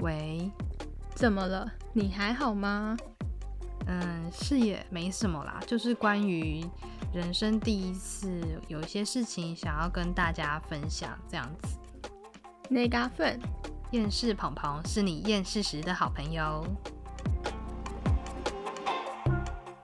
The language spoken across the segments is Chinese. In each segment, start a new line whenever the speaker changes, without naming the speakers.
喂，
怎么了？你还好吗？
嗯，是也没什么啦，就是关于人生第一次，有一些事情想要跟大家分享，这样子。
那嘎粉，
厌世鹏鹏是你厌世时的好朋友。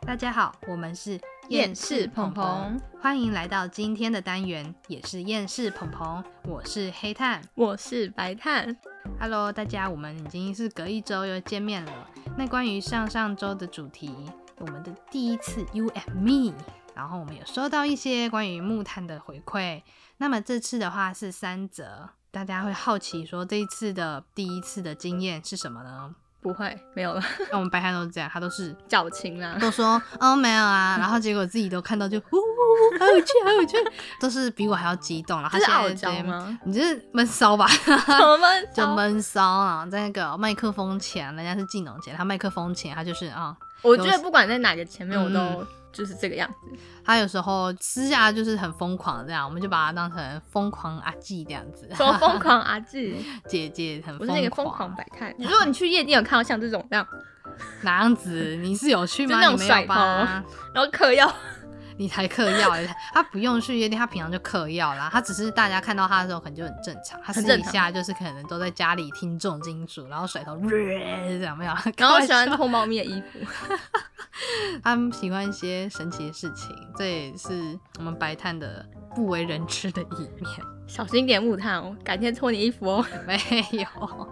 大家好，我们是
厌世鹏鹏，
欢迎来到今天的单元，也是厌世鹏鹏，我是黑炭。
我是白炭。
Hello，大家，我们已经是隔一周又见面了。那关于上上周的主题，我们的第一次 You and Me，然后我们有收到一些关于木炭的回馈。那么这次的话是三折，大家会好奇说这一次的第一次的经验是什么 呢？
不会，没有了，
那我们白天都是这样，他都是
矫 情啦。
都说哦没有啊，然后结果自己都看到就呜呜呜，好有趣，好有趣，都是比我还要激动。然后
这
他
是
现在
傲
在
娇吗？
你这是闷骚吧？
我们
就闷骚啊，在那个麦克风前，人家是技能前，他麦克风前，他就是啊、
我觉得不管在哪个前面，我
嗯
都就是这个样子。
他有时候私下就是很疯狂这样，我们就把他当成疯狂阿纪这样子，
什么 疯狂阿纪？
姐姐很疯
我是
狂，
那个疯狂白炭。如果你去夜店有看到像这种这样，
哪样子？你是有去吗？
就那种
你没
甩
有吧？
然后哦嗑 药，
你才嗑药 嘞，他不用去夜店，他平常就嗑药啦。他只是大家看到他的时候，可能就很正常。他私
很
底
正常
下就是可能都在家里听重金属，然后甩头， 这样没有？
嗯然后我喜
开玩
欢
笑
脱猫咪的衣 服。
他们喜欢一些神奇的事情，这也是我们白炭的不为人知的一面。
小心一点木炭哦，改天脱你衣服哦。
没有，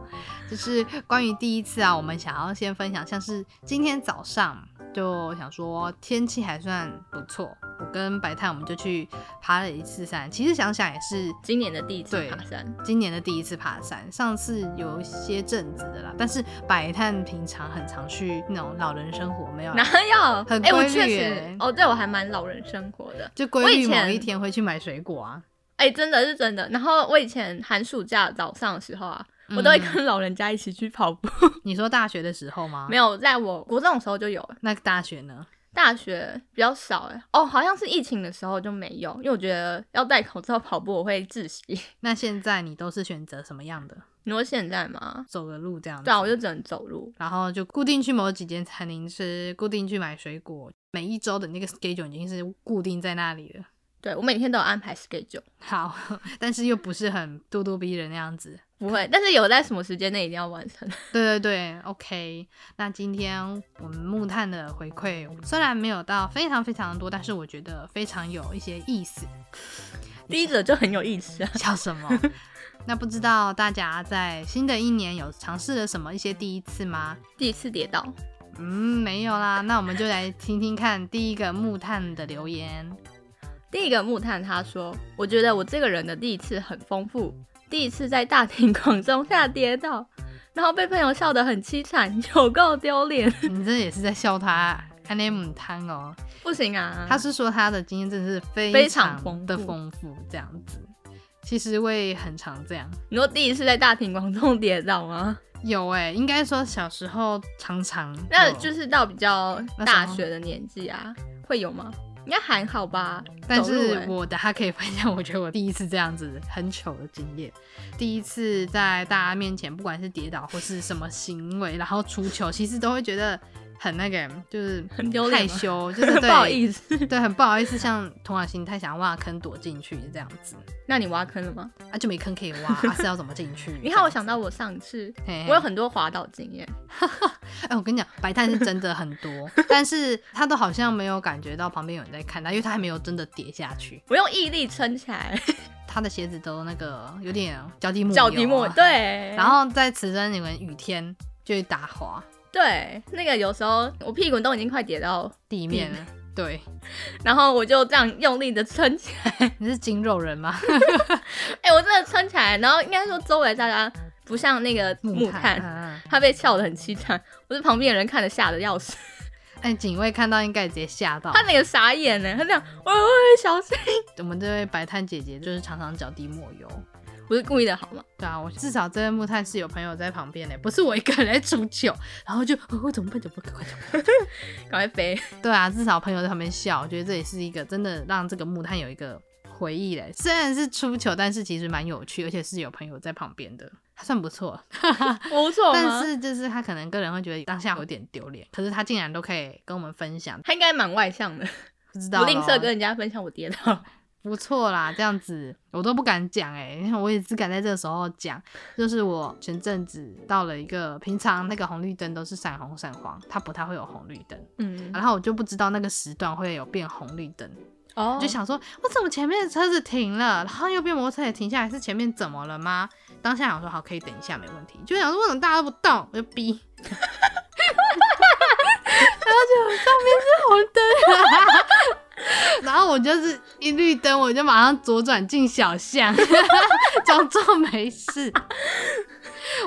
就是关于第一次啊，我们想要先分享，像是今天早上就想说天气还算不错，我跟白炭我们就去爬了一次山。其实想想也是
今年的第一次
对
爬山，
今年的第一次爬山，上次有一些阵子的啦，但是白炭平常很常去那种老人生活，没有啦啊
哪有？
很
哎、我
规律
确
耶
实，哦，对我还蛮老人生活的。
就
我
规
以
律某
前
一天会去买水果啊。
哎、真的是真的。然后我以前寒暑假早上的时候啊，我都会
嗯
跟老人家一起去跑步。
你说大学的时候吗？
没
有。
有，在我国中的时候就有了，
那大学呢？
大学比较少哎。哦，好像是疫情的时候就没有，因为我觉得要戴口罩跑步我会窒息。
那现在你都是选择什么样的？
你说现在吗？
走个路这样子。
对啊，我就只能走路。
然后就固定去某几间餐厅吃，固定去买水果。每一周的那个 schedule 已经是固定在那里了。
对我每天都有安排 schedule，
好， 但是又不是很咄咄逼人那样子。
不会，但是有在什么时间内一定要完成。
对对对，OK。那今天我们木炭的回馈虽然没有到非常非常的多，但是我觉得非常有一些意思。
第一者就很有意思啊。
笑什 么？那不知道大家在新的一年有尝试了什么一些第一次吗？
第一次跌倒，
嗯，没有啦。那我们就来听听看第一个木炭的留 言。
第一个木炭他说：“我觉得我这个人的第一次很丰富，第一次在大庭广众下跌倒，然后被朋友笑得很凄惨，有够丢脸。
你这也是在笑他安内姆汤哦。
不行啊，
他是说他的经验真的是非
非常
常
丰富
的丰富，这样子。其实我也很常这样。
你说第一次在大庭广众跌倒吗？
有哎、应该说小时候常常有，
那就是到比较
那
大
什么
学的年纪啊，会有吗？应该还好吧。
但
走路
是
欸
我等下可以分享，我觉得我第一次这样子很糗的经验，第一次在大家面前，不管是跌倒或是什么行为，然后出糗，其实都会觉得很那个，就是
很丢脸
害
吗
羞， 就是对
不好意思，
对，很不好意思，像童养心太想挖坑躲进去这样子，
那你挖坑了吗？
啊就没坑可以挖，啊是要怎么进去？
你看，我想到我上 次，
这样子，
我有
嘿
很多滑倒经验，
哎、我跟你讲，白炭是真的很多，但是他都好像没有感觉到旁边有人在看他，因为他还没有真的跌下去。
我用毅力撑起来，
他的鞋子都那个有点脚底抹
脚
油
底抹
啊
对，
然后在池中你们雨天就会打滑
对，那个有时候我屁股都已经快跌到，
地面了。对，
然后我就这样用力的撑起来，
你是筋肉人吗？
哎、我真的撑起来，然后应该说周围大家不像那个木
炭。
炭，
嗯嗯
他被笑得很凄惨，我是旁边的人看得吓得要死，
哎，警卫看到应该也直接吓到
他。那个傻眼呢，他哎这样，喂喂，小心，
我们这位白炭姐姐就是常常脚底抹油。
不是故意的好吗？
对啊，我至少这位木炭是有朋友在旁边的，不是我一个人在出糗， 然后就、哦、我怎么办？怎么办？快 点！
赶快飞，
对啊，至少朋友在旁边笑，我觉得这也是一个真的让这个木炭有一个回忆嘞。虽然是出糗，但是其实蛮有趣，而且是有朋友在旁边的，还算不错。
不错啊吗
但？是就是他可能个人会觉得当下有点丢脸，可是他竟然都可以跟我们分享，
他应该蛮外向的，
不知道
不吝啬
咯
跟人家分享我 跌倒。
不错啦，这样子我都不敢讲哎、因为我也只敢在这个时候讲，就是我前阵子到了一个平常那个红绿灯都是闪红闪黄，它不太会有红绿灯，
嗯，
然后我就不知道那个时段会有变红绿灯，
哦
我就想说我怎么前面的车子停了，然后右边摩托车也停下来，是前面怎么了吗？当下想说好可以等一下没问题，就想说为什么大家都不动，我就逼。 然后就上面是红灯、啊然后我就是一绿灯，我就马上左转进小巷， 装作没事。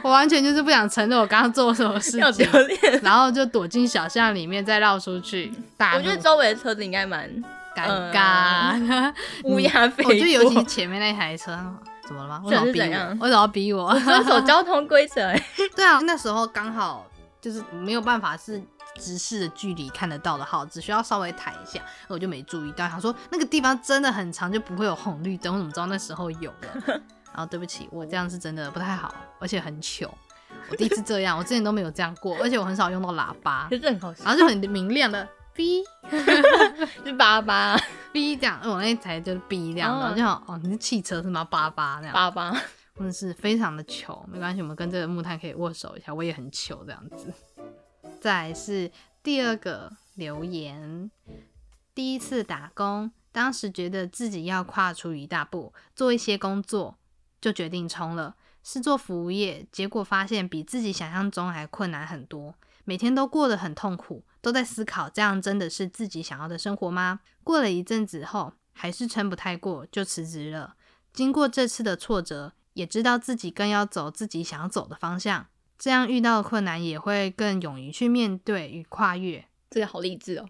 我完全就是不想承认我刚刚做什么事
要
情
丢，脸。
然后就躲进小巷里面，再绕出去。大
我
路
觉得周围的车子应该蛮
尴
嗯
尬，
乌 鸦飞过。
嗯 我觉得哦尤其前面那台车，嗯怎么了吗？为什么要逼
这是怎
我
样？
为什么要逼我？
遵守交通规则、欸，
对啊，那时候刚好就是没有办法是直视的距离看得到的号，只需要稍微抬一下，我就没注意到。想说那个地方真的很长，就不会有红绿灯，我怎么知道那时候有 了？然后对不起，我这样是真的不太好，而且很糗。我第一次这样，我之前都没有这样过，而且我很少用到喇叭，
就是很好笑
然，后就很明亮的 哔
是爸爸
哔这样，我那台就是哔这样，
哦
然后就想哦，你是汽车是吗？叭叭那样。
爸爸，
真的是非常的糗，没关系，我们跟这个木炭可以握手一下，我也很糗这样子。再来是第二个留言，第一次打工，当时觉得自己要跨出一大步，做一些工作，就决定冲了，是做服务业，结果发现比自己想象中还困难很多，每天都过得很痛苦，都在思考这样真的是自己想要的生活吗？过了一阵子后，还是撑不太过，就辞职了。经过这次的挫折，也知道自己更要走自己想走的方向，这样遇到的困难也会更勇于去面对与跨越。
这个好励志哦。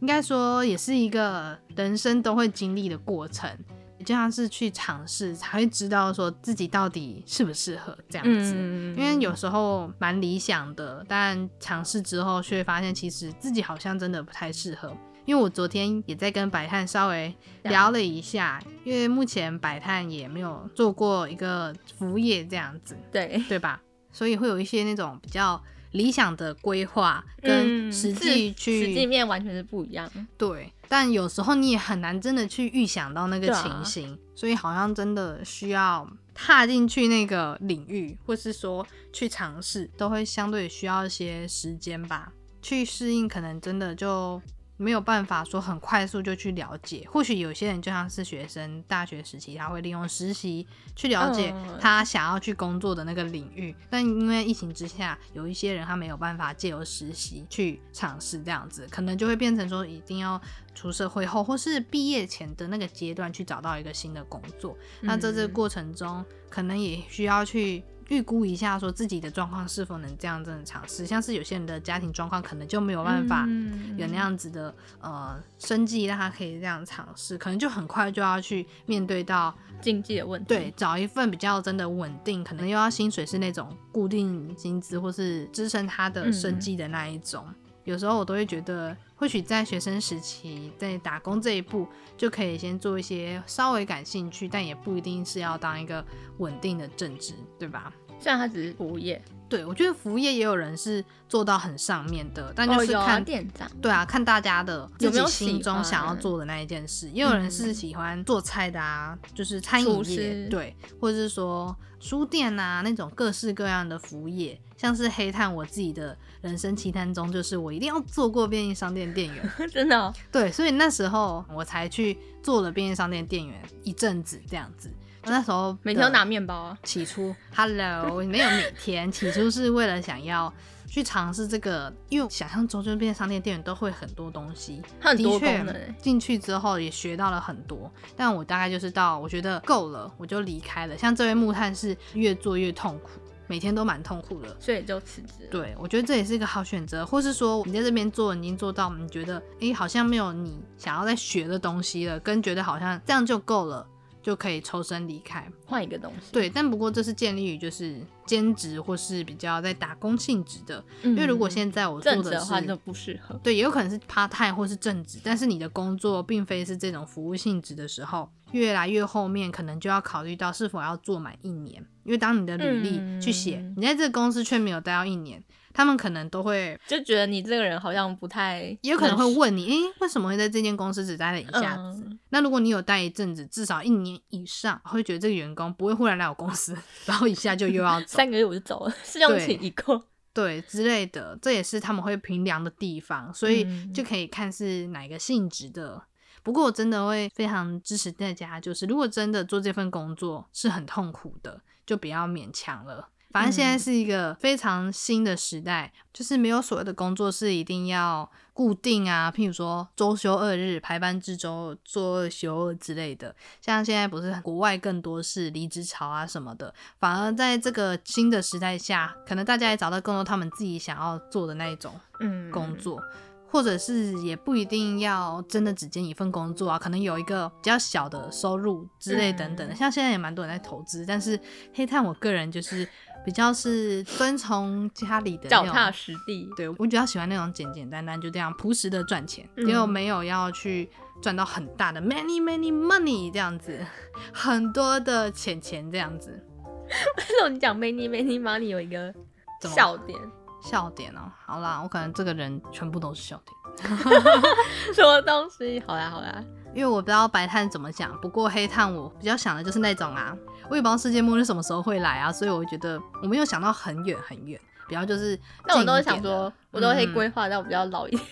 应该说，也是一个人生都会经历的过程，就像是去尝试，才会知道说自己到底适不适合这样子。
嗯
因为有时候蛮理想的，但尝试之后却发现其实自己好像真的不太适合。因为我昨天也在跟白炭稍微聊了一下，因为目前白炭也没有做过一个服务业这样子，
对，
对吧？所以会有一些那种比较理想的规划跟
嗯
实际
是
去、嗯
实际面完全是不一样。
对，但有时候你也很难真的去预想到那个
对啊
情形，所以好像真的需要踏进去那个领域，或是说去尝试，都会相对需要一些时间吧，去适应，可能真的就。没有办法说很快速就去了解，或许有些人就像是学生大学时期，他会利用实习去了解
嗯
他想要去工作的那个领域，但因为疫情之下，有一些人他没有办法借由实习去尝试这样子，可能就会变成说一定要出社会后或是毕业前的那个阶段去找到一个新的工作。那在
嗯
这个过程中，可能也需要去。预估一下，说自己的状况是否能这样真的尝试，像是有些人的家庭状况可能就没有办法
嗯
有那样子的呃生计，让他可以这样尝试，可能就很快就要去面对到
经嗯济的问题。
对，找一份比较真的稳定，可能又要薪水是那种固定薪资，或是支撑他的生计的那一种。有时候我都会觉得，或许在学生时期，在打工这一步，就可以先做一些稍微感兴趣，但也不一定是要当一个稳定的正职，对吧？
虽然他只是服务业，
对，我觉得服务业也有人是做到很上面的，但就
哦
是
有啊
看
店长，
对啊，看大家的自
有没
己
有
心
喜
中
欢嗯
想要做的那一件事，也有人是喜欢做菜的啊，就是餐饮
厨
业
师
对，或者是说书店啊那种各式各样的服务业，像是黑炭，我自己的人生期盼中就是我一定要做过便利商店店 员，
真的哦、
对，所以那时候我才去做了便利商店店员一阵子这样子，那时候
每天都
的
拿面包啊。
起初，Hello，没有每天，起初是为了想要去尝试这个，因为想象中就是便利商店店员都会很多东西，
它很多
的确
功能欸
进去之后也学到了很多，但我大概就是到我觉得够了，我就离开了。像这位木炭是越做越痛苦，每天都蛮痛苦的。
所以就辞职了。
对，我觉得这也是一个好选择，或是说你在这边做，你已经做到，你觉得诶好像没有你想要再学的东西了，跟觉得好像这样就够了，就可以抽身离开。
换一个东西。
对，但不过这是建立于就是兼职或是比较在打工性质的，
因
因为如果现在我做
嗯正职
的
的话，
是
就不适合。
对，也有可能是 part time 或是正职，但是你的工作并非是这种服务性质的时候，越来越后面可能就要考虑到是否要做满一年，因为当你的履历去写，
嗯
你在这个公司却没有待到一年，他们可能都会。
就觉得你这个人好像不太，
也有可能会问你，诶、为什么会在这间公司只待了一下子？
嗯
那如果你有待一阵子，至少一年以上，会觉得这个员工不会忽然来我公司， 然后一下就又要走，
三个月我就走了，试用期一过，
对之类的，这也是他们会评量的地方，所以
嗯
就可以看是哪个性质的。不过我真的会非常支持大家，就是如果真的做这份工作是很痛苦的，就不要勉强了。反正现在
嗯
是一个非常新的时代，就是没有所谓的工作是一定要固定啊，譬如说周休二日、排班制周、做二休二之类的。像现在不是国外更多是离职潮啊什么的，反而在这个新的时代下，可能大家也找到更多他们自己想要做的那一种
嗯
工作，或者是也不一定要真的只兼一份工作啊，可能有一个比较小的收入之类等等的。
嗯
像现在也蛮多人在投资，但是黑炭我个人就是比较是遵从家里的那
脚
种
踏实地。
对我比较喜欢那种简简单单就这样朴实的赚钱，
嗯
结果没有要去赚到很大的 many many money 这样子， 很多的钱钱这样子。
为什么你讲 many many money 有一个
怎么
笑点？
笑点哦，好啦，我可能这个人全部都是笑点，
什么东西？好啦好啦，
因为我不知道白炭怎么讲，不过黑炭我比较想的就是那种啊，我也不知道世界末日什么时候会来啊，所以我觉得我没有想到很远很远，比较就是
那我都是
近一
想
点的
说，我都会
嗯
规划到比较老一点。
哎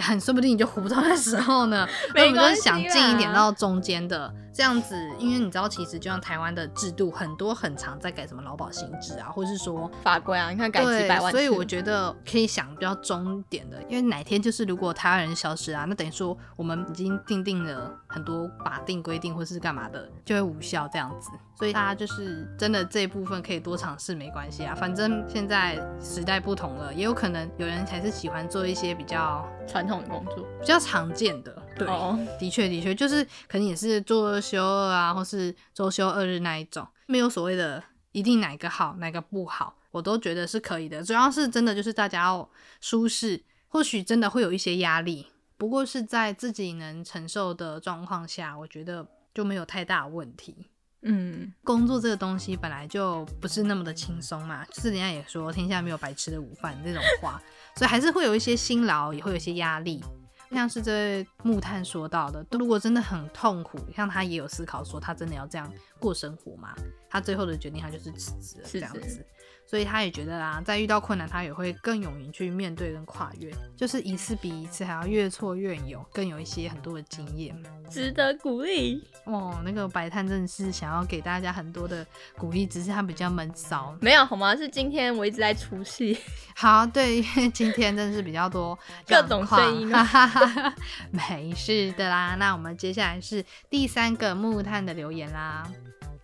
很 说不定你就活不到那时候 呢。
没
那我们就
关
是
系
想近一点
啦
到中间的这样子，因为你知道，其实就像台湾的制度，很多很常在改什么劳保新制啊，或是说
法规啊，你看改几
对，
百万次，
所以我觉得可以想比较中点的，因为哪天就是如果台湾人消失啊，那等于说我们已经定定了很多法定规定或是干嘛的，就会无效这样子。所以大家就是真的这一部分可以多尝试，没关系啊。反正现在时代不同了，也有可能有人还是喜欢做一些比较
传统的工作。
比较常见的，对。
哦，
的确，的确，就是可能也是做休二啊，或是周休二日那一种，没有所谓的一定哪个好，哪个不好，我都觉得是可以的。主要是真的就是大家要舒适，或许真的会有一些压力，不过是在自己能承受的状况下，我觉得就没有太大问题。
嗯，
工作这个东西本来就不是那么的轻松嘛，就是人家也说天下没有白吃的午饭这种话，所以还是会有一些辛劳，也会有一些压力。像是这位木炭说到的，如果真的很痛苦，像他也有思考说，他真的要这样过生活吗？他最后的决定，他就是辞职了
辞
这
职
样子。所以他也觉得啊，在遇到困难，他也会更勇于去面对跟跨越，就是一次比一次还要越挫越勇，更有一些很多的经验。
值得鼓励。
哦，那个白炭真的是想要给大家很多的鼓励，只是他比较闷骚。
没有好吗？是今天我一直在出戏，
好，对，因为今天真的是比较多
各种声 音啊
状况，没事的啦。那我们接下来是第三个木炭的留言啦。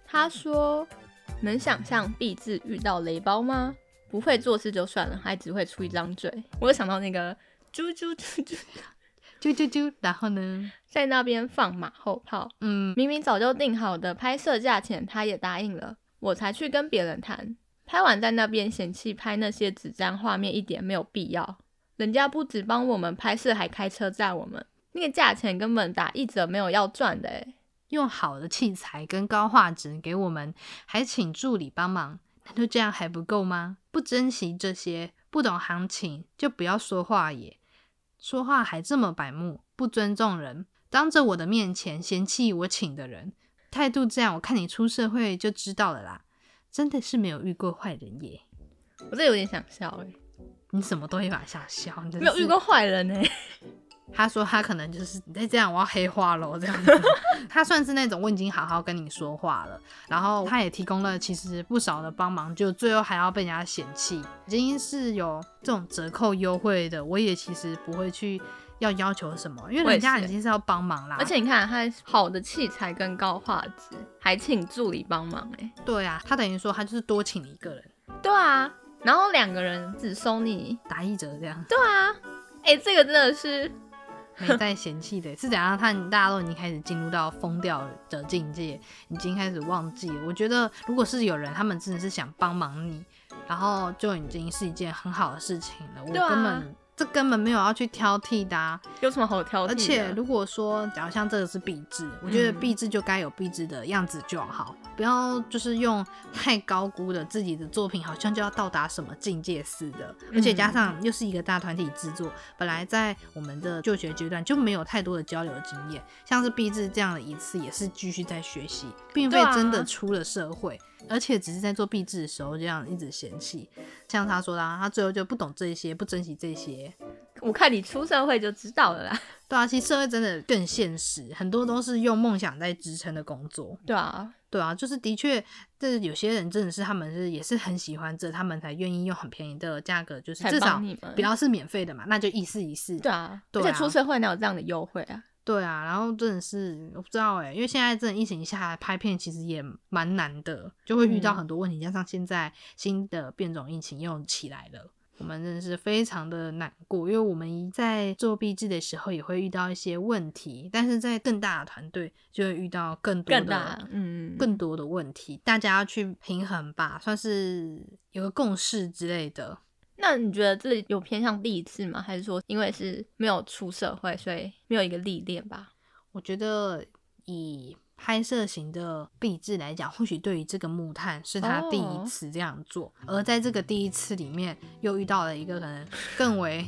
他说：“能想象毕志遇到雷包吗？不会做事就算了，还只会出一张嘴。”我又想到那个猪猪猪猪
啾啾啾，然后呢？
在那边放马后炮，
嗯，
明明早就定好的拍摄价钱，他也答应了，我才去跟别人谈。拍完在那边嫌弃拍那些纸张画面一点没有必要，人家不止帮我们拍摄，还开车载我们，那个价钱根本打一折没有要赚的欸诶。
用好的器材跟高画质给我们，还请助理帮忙，难道这样还不够吗？不珍惜这些，不懂行情就不要说话也，说话还这么白目，不尊重人，当着我的面前嫌弃我请的人，态度这样，我看你出社会就知道了啦。真的是没有遇过坏人耶，
我这有点想笑诶，
你什么都会把想笑，你真
没有
是
遇过。坏人欸诶。
他说他可能就是你再这样，我要黑化喽这样子。 他算是那种我已经好好跟你说话了，然后他也提供了其实不少的帮忙，就最后还要被人家嫌弃，已经是有这种折扣优惠的，我也其实不会去要要求什么，因为人家
我也
已
是
经是要帮忙啦。
而且你看，他好的器材跟高画质，还请助理帮忙诶。
对啊，他等于说他就是多请你一个人
对啊，然后两个人只收你欸
打一折这样。
对啊，哎、这个真的是
没在嫌弃的， 是怎样？他大家都已经开始进入到疯掉的境界，已经开始忘记了。我觉得，如果是有人，他们真的是想帮忙你，然后就已经是一件很好的事情了。我
对啊
根本、这根本没有要去挑剔的、啊。
有什么好挑剔的？
而且如果说，假如像这个是壁纸，我觉得
嗯
壁纸就该有壁纸的样子就好，不要就是用 太高估了自己的作品，好像就要到达什么境界似的。而且
嗯
加上又是一个大团体制作，本来在我们的就学阶段就没有太多的交流经验，像是壁纸这样的一次也是继续在学习，并非
对啊
真的出了社会。而且只是在做壁纸的时候这样一直嫌弃，像他说的、啊，他最后就不懂这些，不珍惜这些，
我看你出社会就知道了啦。
对啊，其实社会真的更现实，很多都是用梦想在支撑的工作。
对啊，
对啊，就是的确，这有些人真的是他们是也是很喜欢这，他们才愿意用很便宜的价格，就是
才
至少
帮你们。
不要是免费的嘛，那就一试一试。
对啊，
对啊
而且出社会哪有这样的优惠啊？
对啊，然后真的是我不知道哎、因为现在真的疫情下来拍片其实也蛮难的，就会遇到
嗯
很多问题，加上现在新的变种疫情又起来了。我们真的是非常的难过，因为我们在做壁纸的时候也会遇到一些问题，但是在更大的团队就会遇到更多的
更大，嗯，
更多的问题，大家要去平衡吧，算是有个共识之类的。
那你觉得这有偏向励志吗？还是说因为是没有出社会，所以没有一个历练吧？
我觉得以拍摄型的壁纸来讲，或许对于这个木炭是他第一
哦
次这样做，而在这个第一次里面又遇到了一个可能更为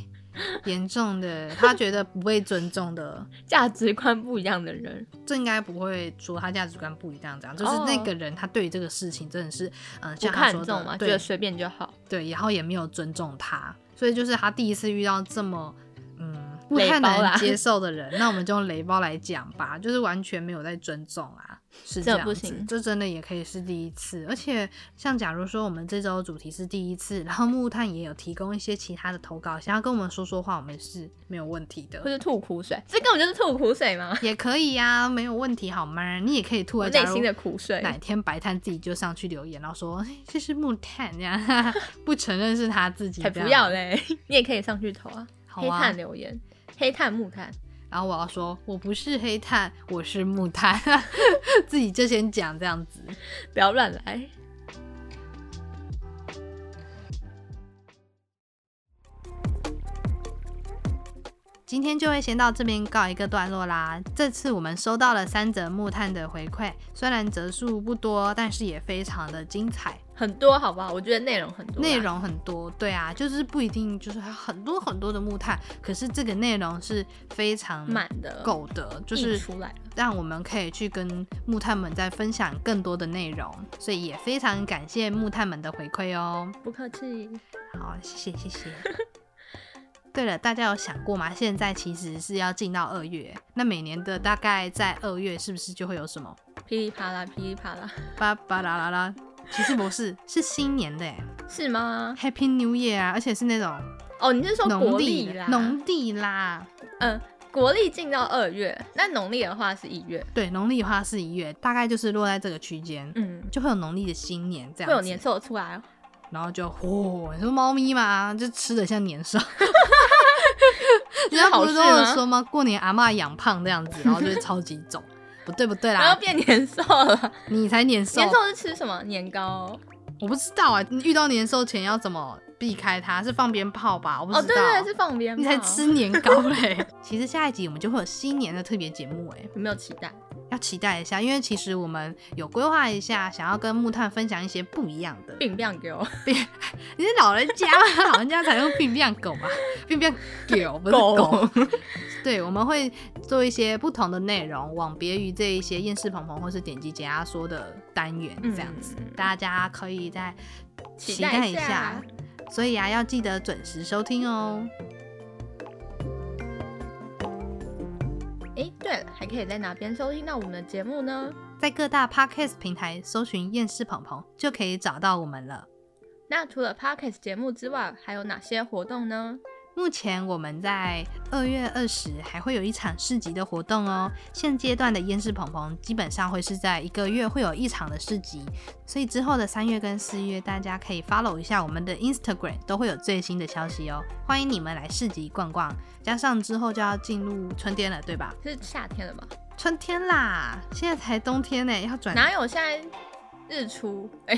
严重的，他觉得不被尊重的，
价值观不一样的人，
这应该不会说他价值观不一样这样，就是
哦
那个人他对于这个事情真的是，嗯、
不
像他
看
说
重
的，
嘛，觉
对
得随便就好。
对，然后也没有尊重他，所以就是他第一次遇到这么。嗯，不
雷
太
包啦
能 接受的人，那我们就用雷包来讲吧，就是完全没有在尊重啊，是这
这
样
不
子
行
这真的也可以是第一次，而且像假如说我们这周的主题是第一次，然后木炭也有提供一些其他的投稿，想要跟我们说说话，我们是没有问题
或
的，
是吐苦水，这根本就是吐苦 水嘛，
也可以呀、没有问题好吗？你也可以吐
我
啊，假
内
如
心的苦水。
哪天白炭自己就上去留言，然后说哎这是木炭这样， 不承认是他自己，
才不要，嘞！ 你也可以上去投啊，
好
黑
啊
炭留言，黑炭木炭，
然后我要说，我不是黑炭，我是木炭， 自己就先讲这样子。
不要乱来。
今天就会先到这边告一个段落啦。这次我们收到了三则木炭的回馈，虽然则数不多，但是也非常的精彩，
很多好不好？我觉得内容很多啦，
内容很多。对啊，就是不一定就是很多很多的木炭，可是这个内容是非常
满的，
够的，就是
溢出来了。
让我们可以去跟木炭们再分享更多的内容，所以也非常感谢木炭们的回馈哦。
不客气，
好，谢谢谢谢。 对了，大家有想过吗？现在其实是要进到二月，那每年的大概在二月是不是就会有什么
噼里啪啦，噼里啪啦，
巴巴啦啦啦？其实不是，是新年的耶
是吗？
Happy New Year 啊，而且是那种
哦，你是说
农
国
历
历
的
啦？
农历啦，
嗯，国历进到二月，那农历的话是一月，
对，农历的话是一月，大概就是落在这个区间，
嗯，
就会有农历的新年这样
会
子，
有年兽出来哦，
然后就嚯、你说猫咪嘛，就吃的像年 兽。人家不是都有说吗？过年阿嬷养胖这样子，然后就是超级肿。不对不对
然
啦
后，变年兽 了。
你才年兽，
年兽是吃什么？年糕哦？
我不知道啊。你遇到年兽前要怎么避开它？是放鞭炮吧？我不知
哦
道。
对对，对是放鞭炮。
你才吃？年糕嘞。 其实下一集我们就会有新年的特别节目哎、
有没有期待？
要期待一下，因为其实我们有规划一下，想要跟木炭分享一些不一样的。
饼饼给我，
你是老人家吗？老人家才用病变狗嘛，病变狗不是狗。
狗
对，我们会做一些不同的内容，往别于这一些厌世鹏鹏或是点击解压缩的单元这样子，
嗯
大家可以再
期
期
待
待
一
一
下
下。所以啊，要记得准时收听哦。
哎，对了，还可以在哪边收听到我们的节目呢？
在各大 podcast 平台搜寻“厌世鹏鹏”就可以找到我们了。
那除了 Podcast 节目之外，还有哪些活动呢？
目前我们在二月二十还会有一场市集的活动哦。现阶段的烟市蓬蓬基本上会是在一个月会有一场的市集，所以之后的三月跟四月，大家可以 follow 一下我们的 Instagram，都会有最新的消息哦。欢迎你们来市集逛逛，加上之后就要进入春天了，对吧？
是夏天了吧？
春天啦，现在才冬天呢，要转
哪有现在日出？哎、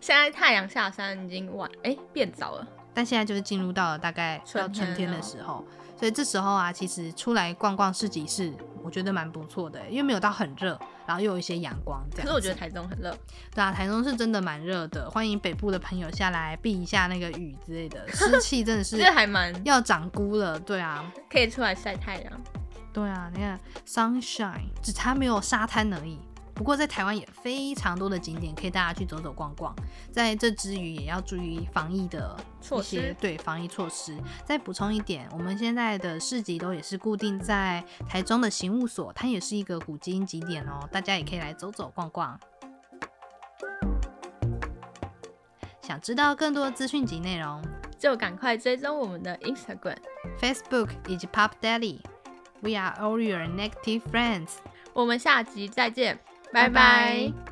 现在太阳下山已经晚，哎、变早了。
但现在就是进入到了大概到
春天
春天的
了
时候，所以这时候啊，其实出来逛逛市集是我觉得蛮不错的，欸因为没有到很热，然后又有一些阳光这样子。
可啊是我觉得台中很热，
对啊，台中是真的蛮热的，欢迎北部的朋友下来避一下那个雨之类的，湿气真的 是
这还蛮
要长菇了。对啊，
可以出来晒太阳。
对啊，你看 sunshine，只差没有沙滩而已。不过在台湾也非常多的景点可以大家去走走逛逛，在这之余也要注意防疫的
措
一些
施
对防疫措施。再补充一点，我们现在的市集都也是固定在台中的刑务所，它也是一个古今景点哦，大家也可以来走走逛逛。想知道更多资讯及内容
就赶快追踪我们的 Instagram，
，Facebook 以及 Pop Daddy。We are all your negative friends.
我们下集再见，
拜
拜
拜
拜